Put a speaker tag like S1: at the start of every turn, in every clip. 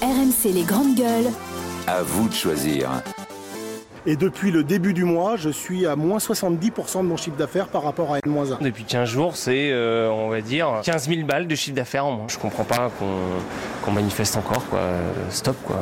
S1: RMC les grandes gueules.
S2: À vous de choisir.
S3: Et depuis le début du mois, je suis à moins 70% de mon chiffre d'affaires par rapport à N-1.
S4: Depuis 15 jours, c'est, euh, on va dire, 15 000 balles de chiffre d'affaires en moins. Je comprends pas qu'on qu'on manifeste encore, quoi. Stop, quoi.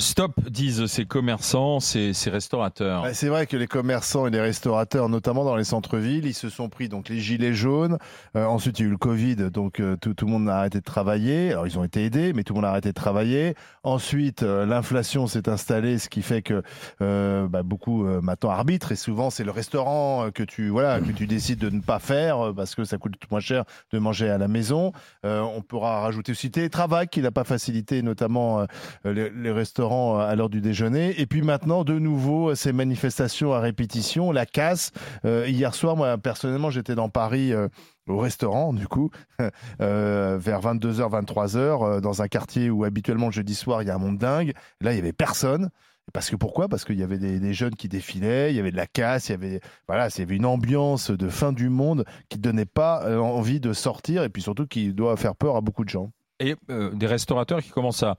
S5: Stop, disent ces commerçants, ces, ces restaurateurs.
S6: Ouais, Bah, C'est vrai que les commerçants et les restaurateurs, notamment dans les centres-villes, ils se sont pris donc les gilets jaunes. Euh, ensuite, il y a eu le Covid, donc euh, tout, tout le monde a arrêté de travailler. Alors, ils ont été aidés, mais tout le monde a arrêté de travailler. Ensuite, euh, l'inflation s'est installée, ce qui fait que euh, bah, beaucoup euh, maintenant arbitrent. Et souvent, c'est le restaurant euh, que tu voilà que tu décides de ne pas faire euh, parce que ça coûte moins cher de manger à la maison. Euh, on pourra rajouter aussi le télétravail qui n'a pas facilité, notamment euh, les, les restaurants euh, à l'heure du déjeuner. Et puis maintenant, de nouveau, euh, ces manifestations à répétition, la casse. Euh, hier soir, moi, personnellement, j'étais dans Paris. euh, au restaurant, du coup, euh, vers 22h, 23h, euh, dans un quartier où habituellement le jeudi soir il y a un monde dingue. Là, il y avait personne. Parce que pourquoi Parce qu'il y avait des, des jeunes qui défilaient, il y avait de la casse, il y avait voilà, il y avait une ambiance de fin du monde qui donnait pas euh, envie de sortir et puis surtout qui doit faire peur à beaucoup de gens.
S5: Et euh, des restaurateurs qui commencent à,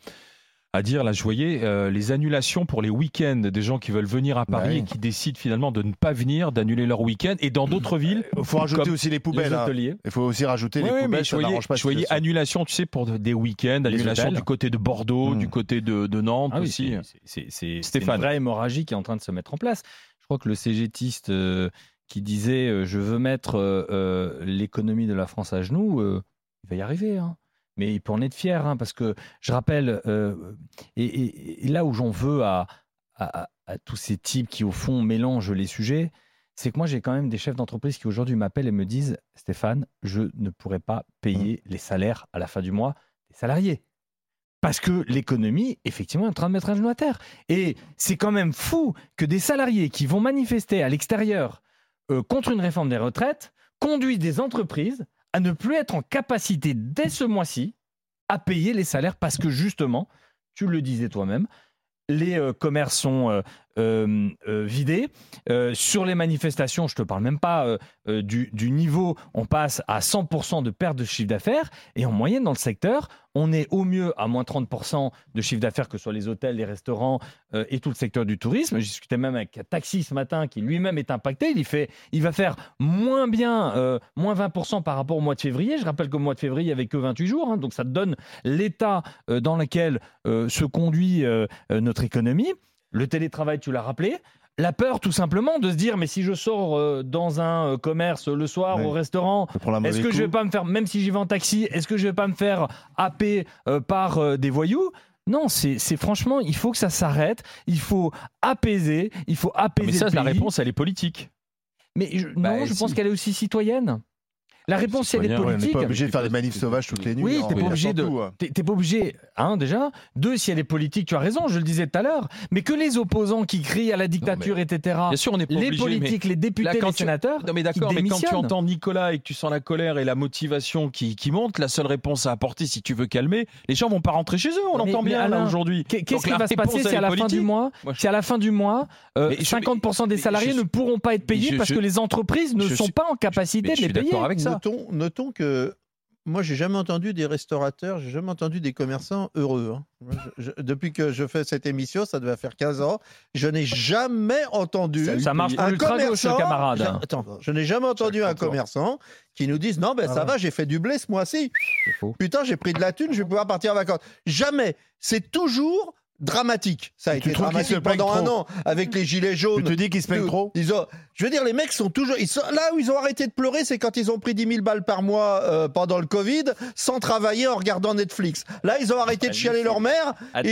S5: à dire, là je voyais, euh, les annulations pour les week-ends des gens qui veulent venir à
S7: Bah
S5: Paris
S6: Ouais.
S5: et qui décident finalement de ne pas venir, d'annuler leur week-end. Et dans d'autres villes,
S7: Euh,
S6: Il faut rajouter
S5: comme
S6: aussi les
S5: les
S6: poubelles. hein.
S5: hôteliers.
S6: Il faut aussi rajouter
S5: Oui,
S6: les
S5: oui,
S6: poubelles.
S5: mais je
S6: Ça
S5: voyais,
S6: n'arrange pas.
S5: je voyais
S6: situation.
S5: annulation, tu sais, pour de- des week-ends, annulation
S7: hôtels.
S5: du côté de Bordeaux,
S6: Hmm.
S5: du côté de, de Nantes
S7: Ah oui,
S5: aussi.
S7: c'est- c'est- c'est- c'est une
S5: Stéphane.
S7: vraie hémorragie qui est en train de se mettre en place. Je crois que le CGTiste euh, qui disait euh, je veux mettre euh, euh, l'économie de la France à genoux, euh, il va y arriver. hein. Mais il peut en être fier, hein, parce que je rappelle, euh, et, et- et là où j'en veux à, à- à- à tous ces types qui, au fond, mélangent les sujets, c'est que moi, j'ai quand même des chefs d'entreprise qui aujourd'hui m'appellent et me disent Stéphane, je ne pourrai pas payer les salaires à la fin du mois des salariés. Parce que l'économie, effectivement, est en train de mettre un genou à terre. Et c'est quand même fou que des salariés qui vont manifester à l'extérieur euh, contre une réforme des retraites conduisent des entreprises à ne plus être en capacité, dès ce mois-ci, à payer les salaires parce que justement, tu le disais toi-même, les euh, commerces sont euh, euh, euh, vidés. Euh, sur les manifestations, je ne te parle même pas euh, euh, du, du niveau, on passe à 100% de perte de chiffre d'affaires. Et en moyenne, dans le secteur, on est au mieux à moins 30% de chiffre d'affaires, que ce soit les hôtels, les restaurants euh, et tout le secteur du tourisme. J'ai discuté même avec un taxi ce matin qui lui-même est impacté. Il, y fait, il va faire moins bien, euh, moins 20% par rapport au mois de février. Je rappelle qu'au mois de février, il n'y avait que 28 jours. hein. donc ça te donne l'état euh, dans lequel euh, se conduit euh, euh, notre économie. Le télétravail, tu l'as rappelé. La peur, tout simplement, de se dire, mais si je sors euh, dans un euh, commerce le soir
S6: Ouais.
S7: au restaurant,
S6: Je prends la
S7: est-ce
S6: mauvaise
S7: que je vais
S6: coupe.
S7: pas me faire, même si j'y vais en taxi, est-ce que je vais pas me faire happer euh, par euh, des voyous Non, c'est c'est franchement, il faut que ça s'arrête, il faut apaiser, il faut apaiser.
S5: Mais ça,
S7: le
S5: la
S7: pays.
S5: réponse, elle est politique.
S7: Mais je-
S5: Bah,
S7: non, je
S5: si.
S7: pense qu'elle est aussi citoyenne. La réponse, elle est
S5: citoyen, ouais,
S6: Ouais, on n'est
S7: politique.
S6: pas obligé de faire
S5: tu
S6: des
S5: peux-
S6: manifs
S5: tu-
S6: sauvages toutes les nuits.
S7: Oui, t'es
S6: hein,
S7: pas
S6: on est
S7: obligé de-
S6: partout, hein.
S7: T'es t'es pas obligé, un, déjà. Deux, si elle est politique, tu as raison, je le disais tout à l'heure. Mais que les opposants qui crient à la dictature, etc.,
S5: Bien sûr, on n'est pas
S7: Ah, les
S5: obligé, mais-
S7: politiques, les
S5: Là,
S7: députés,
S5: quand
S7: les
S5: tu-
S7: sénateurs,
S5: Non mais d'accord,
S7: ils
S5: mais quand tu
S7: démissionnent.
S5: entends Nicolas et que tu sens la colère et la motivation qui, qui monte, la seule réponse à apporter si tu veux calmer, les gens vont pas rentrer chez eux, on
S7: Mais-
S5: l'entend
S7: mais
S5: bien là
S7: Alain,
S5: aujourd'hui.
S7: Qu'est- Qu'est-ce
S5: Donc,
S7: qui
S5: la
S7: va se
S5: réponse,
S7: passer
S5: elle
S7: si
S5: est
S7: à la fin
S5: politique.
S7: du mois,
S5: Moi, je-
S7: si à la fin du mois, euh,
S5: Mais je-
S7: 50% des
S5: mais
S7: salariés
S5: je-
S7: ne pourront pas être payés
S5: je-
S7: parce
S5: je-
S7: que les entreprises ne
S5: je
S7: sont
S5: suis-
S7: pas en
S5: Mais
S7: capacité de
S5: je
S7: les
S5: suis
S7: payer
S5: d'accord avec ça.
S8: Notons, notons que moi, j'ai jamais entendu des restaurateurs, j'ai jamais entendu des commerçants heureux. hein. Moi, je- je- depuis que je fais cette émission, ça devait faire 15 ans, je n'ai jamais entendu.
S7: Ça marche pour
S8: un
S7: l'ultra-gauche,
S8: commerçant-
S7: camarade.
S8: j'a- attends,
S6: Ah.
S8: je n'ai jamais entendu un commerçant qui nous dise non, ben ça va, j'ai fait du blé ce mois-ci.
S7: faux.
S8: Putain, j'ai pris de la thune, je vais pouvoir partir en vacances. Jamais. C'est toujours dramatique. Ça a
S6: Mais tu
S8: été
S6: trouves qu'ils se
S8: dramatique
S6: plaignent
S8: pendant un
S6: trop
S8: an avec les gilets jaunes.
S6: Tu te dis qu'ils se plaignent
S8: Nous,
S6: trop
S8: ils ont- je veux dire, les mecs sont toujours. Ils sont, là où ils ont arrêté de pleurer, c'est quand ils ont pris 10 000 balles par mois euh, pendant le Covid, sans travailler en regardant Netflix. Là, ils ont arrêté de chialer leur mère. Et-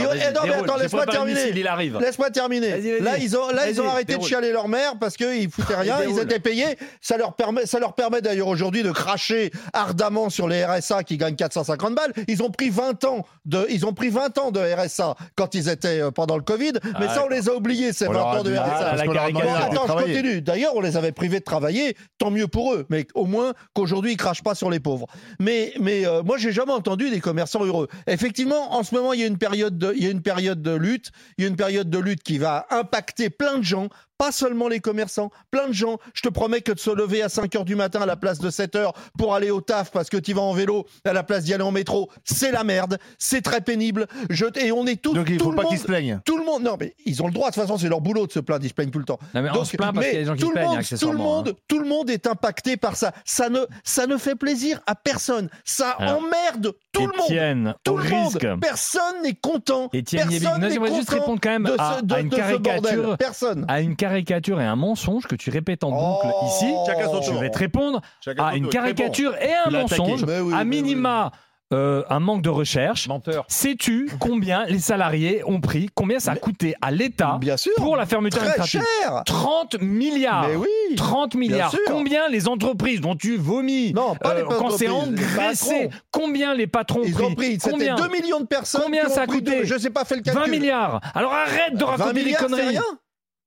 S7: Attendez,
S8: eh non, mais
S7: déroule,
S8: attends,
S7: j'ai
S8: laisse-moi
S7: préparé le
S8: terminer.
S7: missile, Il arrive.
S8: Laisse-moi terminer.
S7: Vas-y, vas-y.
S8: Là, ils ont, là, ils ont
S7: Vas-y,
S8: arrêté
S7: déroule.
S8: de chialer leur mère parce qu'ils foutaient rien, ils
S7: déroule.
S8: étaient payés. Ça leur permet, ça leur permet d'ailleurs aujourd'hui de cracher ardemment sur les RSA qui gagnent 450 balles. Ils ont pris 20 ans de, ils ont pris 20 ans de RSA quand ils étaient euh, pendant le Covid.
S7: Ah,
S8: Mais ça, on les a oubliés, ces
S6: On
S8: 20
S6: leur a
S8: ans de
S6: dit,
S8: RSA.
S6: ah,
S7: à
S6: parce
S7: la
S6: qu'on leur a demandé
S8: Bon,
S7: carrière.
S6: d'arrêter de
S8: attends, je
S6: travailler.
S8: continue. D'ailleurs, on les avait privés de travailler, tant mieux pour eux, mais au moins qu'aujourd'hui ils crachent pas sur les pauvres. Mais, mais euh, moi, j'ai jamais entendu des commerçants heureux. Effectivement, en ce moment, il y a une période de, il y a une période de lutte, il y a une période de lutte qui va impacter plein de gens, Pas seulement les commerçants, plein de gens. Je te promets que de se lever à 5 heures du matin à la place de 7 heures pour aller au taf parce que tu vas en vélo à la place d'y aller en métro, c'est la merde. C'est très pénible. Je, et on est tous.
S6: Donc il
S8: tout
S6: faut
S8: le
S6: pas
S8: monde-
S6: qu'ils se plaignent.
S8: tout le monde, non mais ils ont le droit, de toute façon c'est leur boulot de se plaindre, ils se plaignent tout le temps.
S7: Non, mais on
S8: Donc,
S7: se plaint parce
S8: mais
S7: qu'il y a des gens qui
S8: tout
S7: se
S8: le
S7: plaignent,
S8: monde, tout le
S7: accessoirement. hein.
S8: monde, tout le monde est impacté par ça. Ça ne, ça ne fait plaisir à personne. Ça
S7: Alors,
S8: emmerde tout le monde.
S7: Ah. Étienne,
S8: Tout
S7: au
S8: le
S7: risque.
S8: monde. Personne n'est content.
S7: Étienne Yebig,
S8: personne
S7: non,
S8: n'est
S7: j'aimerais juste
S8: content
S7: répondre quand même
S8: de
S7: à,
S8: ce, de,
S7: à une
S8: de ce
S7: caricature,
S8: bordel. Personne.
S7: à une caricature et un mensonge que tu répètes en boucle
S8: Oh.
S7: ici.
S8: Chacun son
S7: Je
S8: tour.
S7: vais te répondre à une caricature et un
S6: Tu l'as attaqué.
S7: mensonge,
S8: Mais oui,
S7: à
S8: mais oui.
S7: minima euh, un manque de recherche.
S5: Menteur.
S7: Sais-tu combien les salariés ont pris, combien ça a coûté à l'État
S8: Bien sûr.
S7: pour la Ah. fermeture
S8: très
S7: administrative
S8: cher.
S7: 30 milliards.
S8: Mais oui.
S7: 30 milliards.
S8: sûr.
S7: Combien les entreprises dont tu vomis
S8: Non, pas les
S7: euh, quand c'est
S8: entreprises, les
S7: engraissé,
S8: patrons.
S7: combien les patrons
S8: Ils ont pris, c'était
S7: combien
S8: 2 millions de personnes.
S7: Combien
S8: qui ont
S7: ça a
S8: pris
S7: coûté
S8: deux- Je sais pas fait le
S7: 20
S8: calcul.
S7: milliards. Alors arrête de
S8: 20
S7: raconter des
S8: milliards, c'est
S7: conneries.
S8: rien.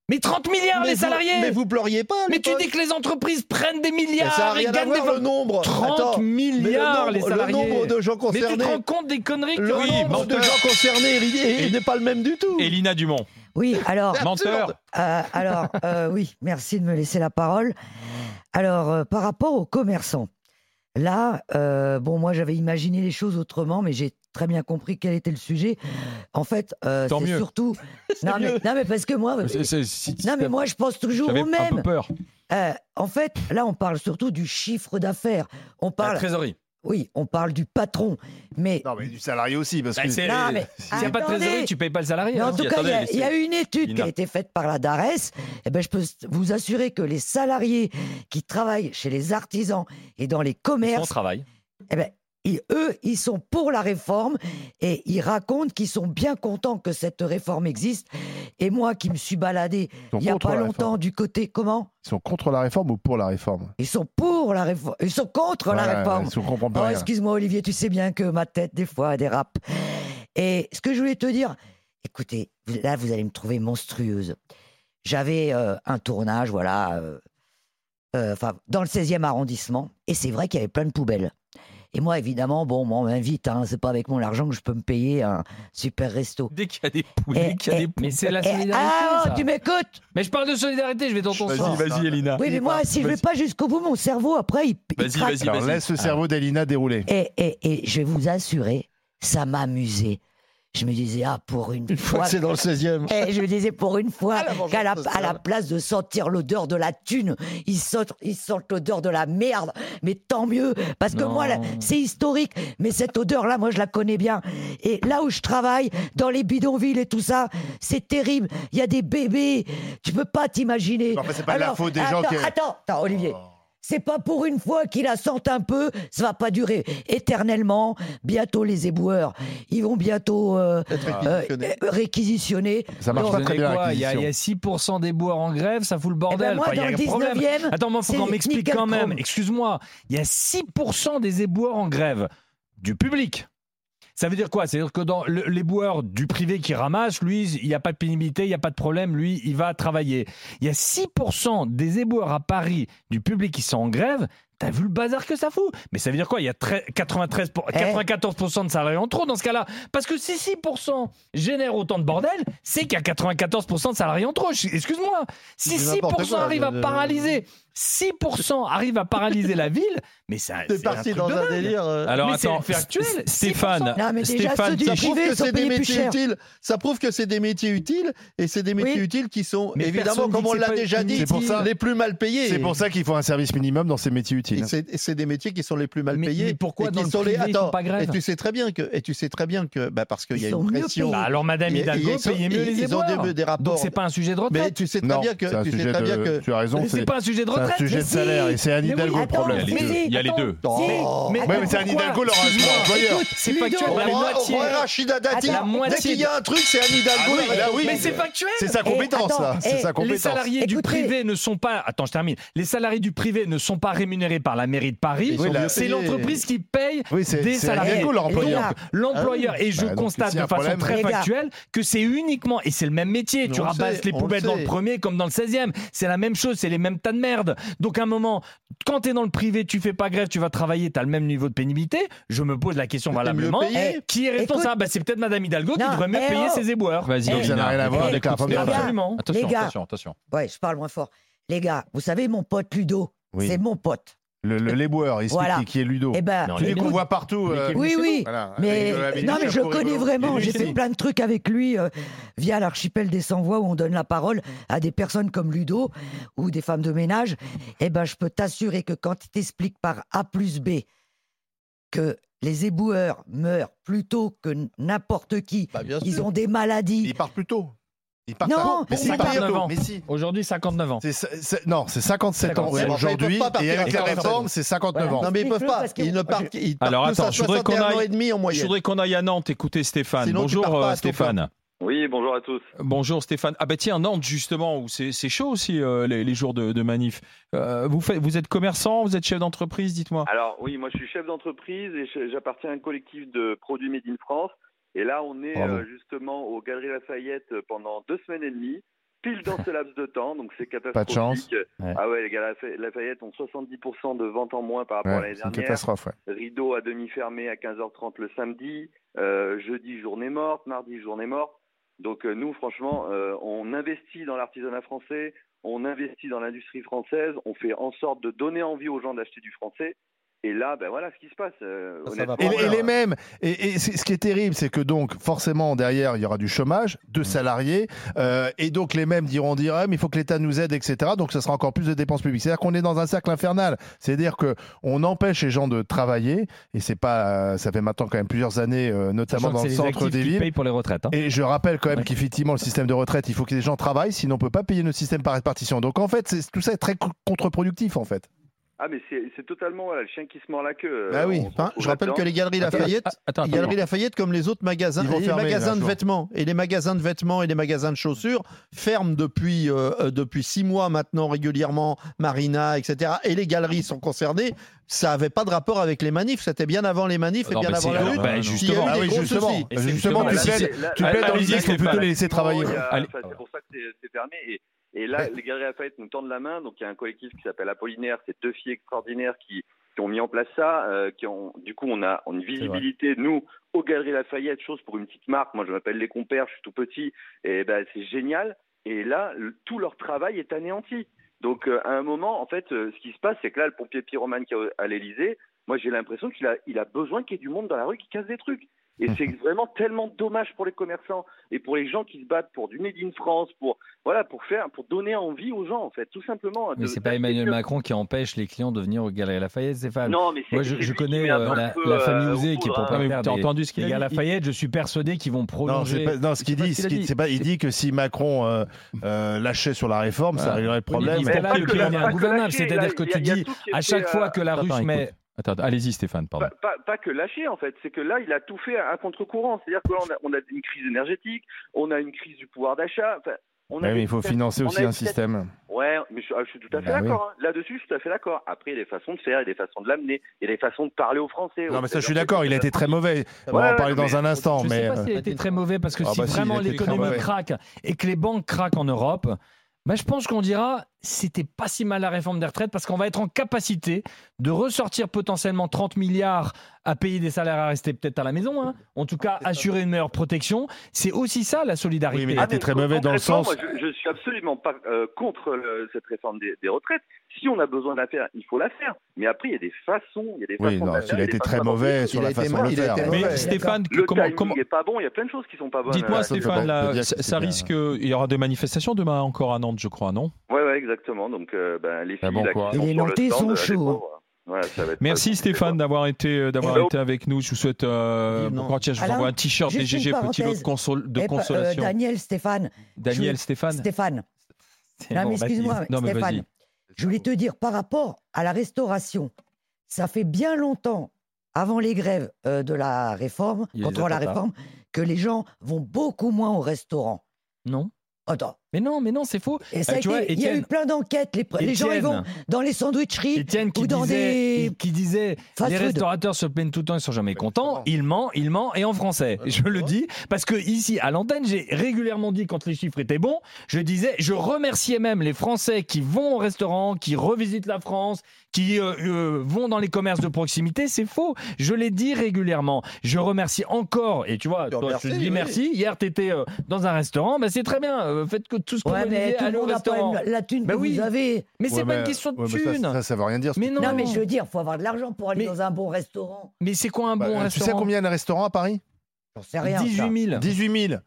S7: Mais 30 milliards
S8: Mais
S7: les
S8: vous-
S7: salariés.
S8: Mais vous pleuriez pas. à
S7: Mais tu
S8: l'époque.
S7: dis que les entreprises prennent des
S8: Mais
S7: milliards
S8: ça n'a
S7: et
S8: rien à
S7: gagnent
S8: voir
S7: des
S8: le nombre.
S7: 30
S8: Attends, mais
S7: milliards
S8: le nombre,
S7: les salariés.
S8: Le nombre de gens
S7: mais tu te
S8: concernés.
S7: rends compte des conneries que
S8: Le
S7: tu
S8: nombre
S7: racontes
S8: de gens concernés il- il- il n'est pas le même du tout.
S5: Elina Dumont.
S1: Oui, alors,
S8: Absurde.
S5: Menteur.
S1: euh, alors euh, oui, merci de me laisser la parole. Alors, euh, par rapport aux commerçants, là, euh, bon, moi j'avais imaginé les choses autrement, mais j'ai très bien compris quel était le sujet. En fait, euh,
S5: Tant
S1: c'est
S5: mieux.
S1: surtout. non, mais, non, mais parce que moi.
S5: C'est- c'est- si-
S1: Non, mais moi je pense toujours
S5: J'avais
S1: au
S5: un peu
S1: même.
S5: peur.
S1: Euh, en fait, là, on parle surtout du chiffre d'affaires. On
S7: La
S1: parle.
S7: trésorerie.
S1: Oui, on parle du patron. Mais.
S6: Non, mais du salarié aussi, parce
S7: Bah,
S6: que.
S7: c'est-
S1: Non, mais
S7: S'il n'y a pas de
S1: attendez.
S7: trésorerie, tu payes pas le salarié.
S1: Mais en
S7: hein.
S1: tout cas, il y a- il y, a une étude qui
S5: Lina.
S1: a été faite par la DARES. Eh ben, je peux vous assurer que les salariés qui travaillent chez les artisans et dans les
S7: Son
S1: commerces,
S7: travail.
S1: eh ben, ils- eux, ils sont pour la réforme et ils racontent qu'ils sont bien contents que cette réforme existe. Et moi qui me suis baladé
S6: sont
S1: il n'y a
S6: contre
S1: pas
S6: la
S1: longtemps
S6: réforme.
S1: du côté comment
S6: Ils sont contre la réforme ou pour la réforme
S1: Ils sont pour la réforme. Ils sont contre
S6: Ouais,
S1: la réforme.
S6: si on comprend pas
S1: Oh,
S6: rien.
S1: excuse-moi, Olivier, tu sais bien que ma tête, des fois, elle dérape. Et ce que je voulais te dire, écoutez, vous- là, vous allez me trouver monstrueuse. J'avais euh, un tournage, voilà, euh, euh, enfin, dans le 16e arrondissement, et c'est vrai qu'il y avait plein de poubelles. Et moi, évidemment, bon, moi, on m'invite, hein, c'est pas avec mon argent que je peux me payer un super resto.
S5: Dès qu'il y a des poules, dès
S1: Eh,
S5: qu'il y a
S1: eh,
S5: des poules.
S7: Mais c'est la
S1: Eh,
S7: solidarité.
S1: ah,
S7: ça.
S1: tu m'écoutes
S7: Mais je parle de solidarité, je vais dans ton
S6: Vas-y,
S7: sens.
S6: vas-y.
S5: Elina.
S1: Oui, mais moi, si je vais pas jusqu'au bout, mon cerveau, après, il, il
S5: Vas-y,
S1: craque.
S5: vas-y,
S6: Alors
S5: vas-y.
S6: laisse le cerveau d'Elina dérouler.
S1: Et, et- et je vais vous assurer, ça m'amusait. Je me disais, ah, pour une,
S8: Une fois que c'est dans le 16e.
S1: Et je me disais pour une fois
S8: Ah, la vengeance
S1: qu'à la,
S8: sociale.
S1: à la place de sentir l'odeur de la thune, ils sentent, ils sentent l'odeur de la merde. Mais tant mieux, parce que
S7: Non.
S1: moi, là, c'est historique. Mais cette odeur-là, moi, je la connais bien. Et là où je travaille, dans les bidonvilles et tout ça, c'est terrible. Il y a des bébés. Tu peux pas t'imaginer.
S6: Non, mais c'est pas de la faute des gens
S1: attends,
S6: qui-
S1: Attends, attends, Olivier. C'est pas pour une fois qu'il la sentent un peu, ça va pas durer éternellement. Bientôt les éboueurs, ils vont bientôt euh, euh,
S8: réquisitionnés.
S1: euh, réquisitionner.
S6: Ça marche
S1: Donc,
S6: pas très bien
S7: Il y, a- il y a
S6: l'acquisition.
S7: 6% des boueurs en grève, ça fout le
S1: eh
S7: bordel.
S1: ben moi,
S7: Enfin, il y
S1: dans
S7: a
S1: le
S7: un problème.
S1: 19e,
S7: Attends, moi, faut
S1: c'est
S7: qu'on m'explique
S1: nickel
S7: quand même.
S1: chrome.
S7: Excuse-moi, il y a 6% des éboueurs en grève du public. Ça veut dire quoi C'est-à-dire que dans le- les boueurs du privé qui ramassent, lui, il n'y a pas de pénibilité, il n'y a pas de problème, lui, il va travailler. Il y a 6% des éboueurs à Paris du public qui sont en grève. T'as vu le bazar que ça fout Mais ça veut dire quoi Il y a tre- 93 pour-
S1: Eh.
S7: 94% de salariés en trop dans ce cas-là. Parce que si 6% génèrent autant de bordel, c'est qu'il y a 94% de salariés en trop. Je- Excuse-moi. Si
S8: C'est n'importe
S7: 6%
S8: quoi,
S7: arrive à
S8: je- je-
S7: paralyser, 6% arrive à paralyser la ville, mais ça.
S8: T'es parti
S7: truc
S8: dans
S7: de
S8: un
S7: dingue.
S8: délire. euh,
S5: Alors
S7: Mais c'est
S5: attends,
S7: factuel,
S5: S-
S7: 6%.
S5: Stéphane,
S1: Non, mais déjà,
S5: Stéphane,
S1: ceux du
S5: t'as-
S8: ça prouve
S1: privé
S8: que
S1: sont
S8: c'est des
S1: payés plus
S8: métiers
S1: cher.
S8: utiles. Ça prouve que c'est des métiers utiles et c'est des métiers
S1: Oui.
S8: utiles qui sont
S7: Mais
S8: évidemment,
S7: personne dit
S8: comme
S7: que
S8: on
S7: c'est
S8: l'a
S7: pas
S8: déjà dit,
S6: C'est pour ça-
S8: les plus mal payés.
S6: C'est pour ça qu'il faut un service minimum dans ces métiers
S8: Et
S6: utiles.
S8: c'est et c'est des métiers qui sont les plus mal
S7: Mais-
S8: payés.
S7: mais pourquoi
S8: et qui
S7: dans le
S8: sont les-
S7: privé, ils font
S8: Attends,
S7: pas grève
S8: Et tu sais très bien que, et tu sais très bien que, bah parce qu'il y a
S1: Ils sont
S8: une
S1: mieux
S8: pression.
S1: payés.
S7: Bah, alors Madame
S8: Et- et
S7: Hidalgo
S8: ils sont-
S7: payait mieux
S8: ils-
S7: les
S8: ils ont
S7: éboueurs.
S8: des- des rapports.
S7: Donc c'est pas un sujet de
S8: Mais
S7: retraite.
S8: tu sais très
S6: Non,
S8: bien que,
S6: c'est un
S8: tu sais
S6: sujet
S8: très bien
S6: de.
S8: que.
S6: Tu as raison,
S7: Mais C'est
S6: c'est
S7: pas un sujet
S6: c'est
S7: de
S6: un
S7: retraite.
S6: sujet de
S7: si.
S6: salaire et c'est un
S7: Mais oui,
S6: Hidalgo le
S1: attends,
S6: problème.
S5: il y a les
S1: Mais
S5: deux.
S1: si,
S5: Il y a les
S1: attends.
S5: deux.
S8: Oh.
S7: Mais-
S6: Ouais, mais c'est un
S7: pourquoi
S6: Hidalgo leur
S7: Excuse-moi.
S6: employeur.
S1: Écoute,
S7: C'est
S1: Ludo,
S7: factuel. La
S8: Roy-
S7: moitié.
S8: Roy Oh, Rachida Dati,
S1: La
S8: dès
S7: moitié
S8: qu'il y a un truc, c'est Anne Hidalgo.
S6: Ah oui, là, oui.
S7: Mais c'est factuel.
S6: C'est sa compétence,
S1: attends,
S6: là. C'est
S1: eh,
S6: sa
S7: Les
S6: compétence.
S7: salariés du
S1: Écoutez.
S7: privé ne sont pas. Attends, je termine. Les salariés du privé ne sont pas rémunérés par la mairie de Paris.
S6: Ils sont mieux
S7: C'est
S8: payés.
S7: l'entreprise qui paye
S6: Oui, c'est hein,
S7: des
S6: c'est
S7: salariés.
S6: Hidalgo leur
S1: Et
S6: employeur.
S1: donc,
S7: L'employeur,
S6: Ah oui.
S7: et je
S6: Bah, donc,
S7: constate
S6: s'il y a
S7: de
S6: un
S7: façon
S6: problème-
S7: très
S1: Les gars.
S7: factuelle que c'est uniquement, et c'est le même métier,
S8: Mais
S7: tu
S8: on le
S7: ramasses
S8: sait,
S7: les
S8: on le
S7: poubelles dans le
S8: sait.
S7: premier comme dans le 16e, c'est la même chose, c'est les mêmes tas de merde. monde. Donc à un moment, quand tu es dans le privé, tu fais pas grève, tu vas travailler, tu as le même niveau de pénibilité. Je me pose la question valablement.
S8: mieux payé.
S7: Eh, Qui est responsable Bah, C'est peut-être Madame Hidalgo qui
S1: Non,
S7: devrait mieux
S1: eh
S7: payer
S1: oh.
S7: ses éboueurs.
S5: Vas-y,
S1: Eh,
S6: Donc ça n'a
S5: Lina.
S6: rien à voir
S1: eh,
S6: avec la
S1: écoute,
S6: première
S1: les gars,
S6: personne.
S7: Absolument.
S5: Attention,
S1: gars.
S5: attention, attention.
S1: Ouais, je parle moins fort. Les gars, vous savez, mon pote Ludo,
S6: Oui.
S1: c'est mon pote.
S6: Le, le léboueur, il se
S1: Voilà.
S6: dit qui est Ludo.
S1: Eh ben,
S7: Non,
S6: Celui
S7: Ludo.
S6: qu'on voit partout. euh,
S1: oui, oui.
S6: voilà,
S1: Mais,
S6: avec, euh, avec
S1: non,
S6: les
S1: mais je le
S6: chapeaux
S1: connais
S6: rigolos.
S1: vraiment.
S6: Il est
S1: J'ai fait
S6: génie.
S1: plein de trucs avec lui euh, via l'archipel des 100 voix où on donne la parole à des personnes comme Ludo ou des femmes de ménage. Eh ben, je peux t'assurer que quand il t'explique par A plus B que les éboueurs meurent plus tôt que n- n'importe qui,
S8: Bah, bien
S1: ils
S8: sûr.
S1: ont des maladies.
S6: Il part plus tôt. Il part
S1: Non,
S6: tard. mais
S1: pour
S6: si, il
S1: moi,
S6: part
S7: il part
S6: tôt.
S7: avant.
S6: Mais si.
S7: Aujourd'hui, 59 ans.
S6: C'est- c'est- non, c'est 57 ans
S7: 57.
S8: Ils
S6: aujourd'hui.
S8: peuvent pas
S6: Et avec
S8: partir
S6: la
S8: à 59.
S6: réforme, c'est 59
S1: Voilà.
S6: ans.
S8: Non mais ils peuvent pas.
S1: Parce que-
S8: Ils ne partent. Ils partent
S5: Alors,
S8: tous
S5: attends,
S8: à
S5: je voudrais qu'on
S8: 61 ans
S5: aille-
S8: et demi en
S5: Je
S8: moyenne.
S5: voudrais qu'on aille à Nantes écouter Stéphane.
S8: Sinon, tu
S5: Bonjour
S8: pars pas
S5: euh,
S8: à ton
S5: Stéphane.
S9: Oui, bonjour à tous.
S5: Bonjour Stéphane. Ah bah tiens, Nantes justement, où c'est c'est chaud aussi euh, les, les jours de, de manif. Euh, vous, faites, vous êtes commerçant, vous êtes chef d'entreprise, dites-moi.
S9: Alors oui, moi je suis chef d'entreprise et je- j'appartiens à un collectif de produits Made in France. Et là, on est
S6: Bravo.
S9: euh, justement aux Galeries Lafayette pendant deux semaines et demie, pile dans ce laps de temps, donc c'est catastrophique.
S6: Pas de chance.
S7: Ouais.
S9: Ah ouais, les Galeries Lafa- Lafayette ont 70% de ventes en moins par rapport à
S6: Ouais,
S9: l'année
S6: c'est une
S9: dernière.
S6: catastrophe. ouais.
S9: Rideau à demi fermé à 15h30 le samedi, euh, jeudi journée morte, mardi journée morte. Donc euh, nous, franchement, euh, on investit dans l'artisanat français, on investit dans l'industrie française, on fait en sorte de donner envie aux gens d'acheter du français. Et là, ben voilà ce qui se passe. euh,
S8: Ça, ça va
S9: honnêtement.
S6: Et,
S8: Ouais,
S6: et
S8: ouais.
S6: les mêmes. Et, et c'est- ce qui est terrible, c'est que donc forcément derrière il y aura du chômage,
S7: Mmh.
S6: de salariés, euh, et donc les mêmes diront dire ah, mais il faut que l'État nous aide, etc. Donc ça sera encore plus de dépenses publiques. C'est-à-dire qu'on est dans un cercle infernal. C'est-à-dire que on empêche les gens de travailler, et c'est pas, euh, ça fait maintenant quand même plusieurs années, euh,
S7: Sachant
S6: notamment
S7: que
S6: dans
S7: c'est
S6: le
S7: les
S6: centre
S7: actifs
S6: des
S7: qui
S6: villes.
S7: payent pour les retraites. hein.
S6: Et je rappelle quand même
S7: Ouais.
S6: qu'effectivement, le système de retraite, il faut que les gens travaillent, sinon on peut pas payer nos systèmes par répartition. Donc en fait, c'est- tout ça est très co- contre-productif en fait.
S9: Ah mais c'est c'est totalement voilà, le chien qui se mord la queue. euh,
S8: Ah oui.
S9: on se
S8: Enfin,
S9: retrouve
S8: je rappelle que
S9: là-dedans.
S8: les Galeries Lafayette.
S7: Ah, attends,
S8: Les
S7: attends.
S8: Galeries Lafayette, comme les autres magasins,
S6: Ils vont
S8: et les
S6: fermer, là,
S8: magasins
S6: un
S8: de
S6: jour.
S8: vêtements et les magasins de vêtements et les magasins de chaussures ferment depuis euh, euh, depuis six mois maintenant régulièrement. Marina, etc. Et les galeries sont concernées. Ça avait pas de rapport avec les manifs. C'était bien avant les manifs et
S5: Non,
S8: bien
S5: mais
S8: avant
S5: c'est-
S8: la
S5: non,
S8: lutte.
S5: bah,
S8: qui a eu
S5: justement.
S8: des
S6: Ah oui,
S8: gros
S6: justement.
S8: soucis.
S1: Eh
S7: Et c'est
S6: Justement,
S9: Là,
S6: tu
S7: Ah, la-
S9: c'est-
S6: plaides,
S9: là-
S6: tu
S9: là,
S6: plaides
S9: là,
S6: dans
S5: allez-y,
S6: l'idée qu'il faut
S5: Stéphane.
S6: plutôt les laisser travailler.
S9: Il y a-
S5: Allez.
S9: enfin, c'est pour ça que c'est c'est fermé. Et, et là, les Galeries Lafayette nous tendent la main. Donc, il y a un collectif qui s'appelle Apollinaire. C'est deux filles extraordinaires qui, qui ont mis en place ça. euh, qui ont, du coup, on a une visibilité, nous, aux Galeries Lafayette, chose pour une petite marque. Moi, je m'appelle Les Compères, je suis tout petit. Et ben, c'est génial. Et là, le- tout leur travail est anéanti. Donc, euh, à un moment, en fait, euh, ce qui se passe, c'est que là, le pompier pyromane qui est à l'Elysée, moi, j'ai l'impression qu'il a, il a besoin qu'il y ait du monde dans la rue qui casse des trucs. Et c'est vraiment tellement dommage pour les commerçants et pour les gens qui se battent pour du Made in France, pour voilà, pour faire, pour donner envie aux gens en fait, tout simplement. hein,
S7: Mais
S9: De-
S7: c'est pas
S9: d'acheter
S7: Emmanuel
S9: mieux.
S7: Macron qui empêche les clients de venir aux Galeries Lafayette, Stéphane.
S9: Non, mais c'est-
S7: Moi, je,
S9: c'est
S7: je
S9: lui qui
S7: connais
S9: met un
S7: euh,
S9: peu
S7: la,
S9: le
S7: la
S9: feu,
S7: famille
S9: euh,
S7: Ouzé
S9: au
S7: qui
S9: poudre,
S7: est
S9: hein.
S5: Non, mais
S7: propriétaire
S5: T'as
S7: des,
S5: entendu ce qu'il
S7: des
S5: a dit
S7: Galeries Lafayette. Je suis persuadé qu'ils vont
S6: Non,
S7: prolonger.
S6: c'est pas, non, ce qu'il
S7: Je sais
S6: dit,
S7: pas
S6: ce qu'il- c'est pas, il dit que si Macron euh, euh, lâchait sur la réforme, ça
S7: Ah.
S6: réglerait le
S7: Oui, mais
S6: problème.
S7: il dit pas
S9: pas
S7: le
S9: que la-
S7: client est
S9: pas que
S7: ingouvernable,
S9: lâcher, là,
S7: c'est-à-dire que
S9: il y a-
S7: tu
S9: il y a
S7: dis
S9: tout qui
S7: à
S9: était,
S7: chaque
S9: euh,
S7: fois que la
S5: Attends,
S7: ruche
S5: écoute.
S7: met.
S5: Attends, attends, allez-y Stéphane, pardon.
S9: Pas,
S6: Bah,
S9: pas- pas que lâcher en fait, c'est que là il a tout fait à, à contre-courant. C'est-à-dire que là, on a, on a une crise énergétique, on a une crise du pouvoir d'achat. enfin, on a
S6: Ouais,
S9: des
S6: mais il faut
S9: systèmes-
S6: financer
S9: on a
S6: aussi
S9: des
S6: un
S9: systèmes-
S6: système.
S9: Ouais, mais je, ah, je suis tout à fait
S6: Bah oui.
S9: d'accord. hein. Là-dessus, je suis tout à fait d'accord. Après, il y a des façons de faire, il y a des façons de l'amener, il y a des façons de parler aux Français.
S6: Non, mais ça,
S9: Aux-
S6: je suis d'accord, il a été très mauvais. On va
S9: Ouais,
S6: en parler dans
S9: mais-
S6: un instant,
S7: Je sais
S6: mais.
S7: pas si
S6: euh,
S7: a été très mauvais parce que
S6: Ah
S7: si
S6: bah si, il a
S7: vraiment
S6: été très
S7: l'économie
S6: mauvais.
S7: craque et que les banques craquent en Europe, bah je pense qu'on dira c'était pas si mal la réforme des retraites parce qu'on va être en capacité de ressortir potentiellement 30 milliards à payer des salaires à rester peut-être à la maison, hein. en tout cas assurer une meilleure protection. C'est aussi ça la solidarité.
S6: Oui,
S9: Ah,
S6: mais il a été très mauvais dans le
S9: Concrètement,
S6: sens.
S9: Moi, je, je suis absolument pas euh, contre le- cette réforme des, des retraites. Si on a besoin de la faire, il faut la faire. Mais après, il y a des façons. Il y a des
S6: Oui,
S9: façons de
S6: non,
S9: la faire,
S6: il a
S9: y des
S6: été
S9: façons
S6: très
S9: d'aborder les
S6: mauvais
S9: choses.
S6: sur la
S8: Il a été
S6: façon de
S8: ma-
S6: le
S8: il a
S6: faire.
S8: été
S5: Mais
S8: mauvais.
S5: Stéphane,
S9: Le
S5: comment,
S9: timing
S5: comment-
S9: n'est pas bon. Il y a plein de choses qui sont pas bonnes.
S5: dites-moi
S9: euh,
S6: ça, on peut
S5: Stéphane,
S6: pas- on peut
S5: là,
S6: dire
S5: ça,
S6: que
S5: ça
S6: c'est
S5: risque, euh, il y aura des manifestations demain encore à Nantes, je crois, non
S9: Ouais, ouais, exactement. Donc, euh, ben, les filles,
S5: Ah bon,
S9: là, qui
S5: quoi.
S9: sont
S1: Et les
S9: sur le
S1: Nantais
S9: stand,
S1: sont
S9: euh, les
S1: chauds.
S9: pauvres. Voilà, ça va être-
S6: Euh,
S5: Merci Stéphane d'avoir été euh, d'avoir
S9: Hello.
S5: été avec nous. Je vous souhaite euh,
S8: Dis non.
S5: bon courage. Tiens, Je vous
S1: Alain,
S5: envoie un t-shirt des
S1: juste une
S5: GG Petit Lot
S1: parenthèse.
S5: de, consol- de
S1: Eh, pa- euh,
S5: consolation.
S1: Daniel, Stéphane,
S5: Daniel
S1: je-
S5: Stéphane.
S1: Stéphane,
S7: C'est
S1: Non,
S7: bon, bah,
S1: mais excuse-moi,
S5: vas-y. Non, mais
S1: Stéphane.
S5: vas-y.
S1: Je voulais te dire, par rapport à la restauration, ça fait bien longtemps, avant les grèves euh, de la réforme,
S7: Il y a les
S1: contre la
S7: attentats.
S1: réforme, que les gens vont beaucoup moins au restaurant.
S7: Non.
S1: Attends,
S7: Mais non, mais non, c'est faux.
S1: Et ça a
S7: Euh, tu vois,
S1: été- il y a eu
S7: Étienne-
S1: plein d'enquêtes. Les, les gens, ils
S7: Étienne.
S1: vont dans les sandwicheries
S7: Étienne qui
S1: ou dans
S7: disait,
S1: des.
S7: qui disait
S1: Fast
S7: les
S1: food.
S7: restaurateurs se plaignent tout le temps, ils sont jamais contents.
S6: exactement.
S7: Il ment, il ment et en français.
S6: Ouais,
S7: Je le
S6: ouais.
S7: dis parce que ici à l'antenne, j'ai régulièrement dit quand les chiffres étaient bons, je disais, je remerciais même les Français qui vont au restaurant, qui revisitent la France, qui euh, euh, vont dans les commerces de proximité. C'est faux. Je l'ai dit régulièrement. Je remercie encore et tu vois,
S8: Tu
S7: toi, je te
S8: remercies,
S7: dis
S8: oui.
S7: merci. Hier, t'étais euh, dans un restaurant, bah, c'est très bien. Euh, faites que tout ce que
S1: Ouais,
S7: vous
S1: mais
S7: voulez,
S1: tout le
S7: allez au
S1: monde n'a pas
S7: restaurant.
S1: une- la thune
S7: Bah
S1: que
S7: oui.
S1: vous avez.
S7: Mais c'est
S6: Ouais,
S7: pas une
S6: mais-
S7: question de
S6: ouais, mais ça,
S7: thune.
S6: Ça, ça, veut rien dire. ce
S7: Mais
S6: que-
S7: non.
S1: Non, mais je veux dire, faut avoir de l'argent pour aller
S7: Mais-
S1: dans un bon restaurant.
S7: Mais c'est quoi un
S6: Bah,
S7: bon
S6: tu sais
S7: restaurant
S6: combien il y a de restaurants à Paris
S1: J'en sais rien. ça.
S7: 18 000.
S6: 18 000.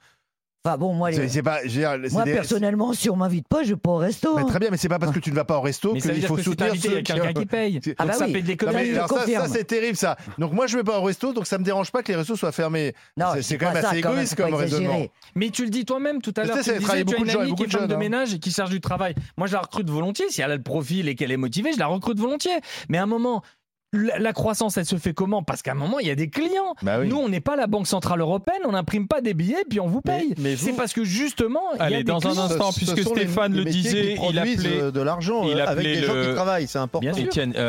S1: Enfin bon,
S7: Ah,
S1: moi, les-
S6: C'est- C'est pas, je veux dire, c'est
S1: moi
S6: des-
S1: personnellement, si on m'invite pas, je vais pas au resto.
S6: Mais
S1: hein.
S6: très bien, mais c'est pas parce que tu ne vas pas au resto
S7: Mais ça veut
S6: qu'il
S7: dire
S6: faut
S7: que c'est
S6: soutenir
S7: invité, il y
S6: ceux
S7: a quelqu'un qui paye.
S6: C'est-
S1: Ah bah
S7: Donc ça
S1: oui.
S7: fait des
S6: Non, mais
S7: économies.
S1: je
S6: alors ça,
S1: confirme.
S6: ça, c'est terrible ça. Donc moi je vais pas au resto, donc ça me dérange pas que les restos soient fermés.
S1: Non,
S6: C'est-
S1: je
S6: c'est
S1: dis
S6: quand
S1: pas
S6: même
S1: ça,
S6: assez
S1: quand même,
S6: égoïste
S1: faut pas
S6: comme raisonnement.
S1: exagérer.
S7: Mais tu le dis toi-même tout à
S6: Tu
S7: l'heure.
S6: sais,
S7: Tu
S6: ça a
S7: disais,
S6: travaillé
S7: tu as
S6: beaucoup
S7: une
S6: de gens,
S7: amie qui
S6: beaucoup
S7: est
S6: de
S7: femme de
S6: jeunes, hein.
S7: ménage et qui cherche du travail. Moi, je la recrute volontiers. Si elle a le profil et qu'elle est motivée, je la recrute volontiers. Mais à un moment, la, la croissance, elle se fait comment Parce qu'à un moment, il y a des clients.
S6: Bah oui.
S7: Nous, on n'est pas la Banque Centrale Européenne, on n'imprime pas des billets puis on vous
S5: Mais-
S7: paye.
S5: mais vous-
S7: C'est parce que justement, il y a
S5: Allez,
S7: des
S5: dans un
S7: clients.
S5: instant,
S8: Ce
S5: puisque
S8: sont les-
S5: Stéphane
S8: les
S5: le
S8: métiers qui
S5: disait, il
S8: produisent,
S5: appelait-
S8: euh, de l'argent
S5: il
S8: euh, avec
S5: appelait
S8: les gens
S5: le-
S8: qui travaillent, c'est important.
S7: Bien sûr.
S5: Étienne, euh,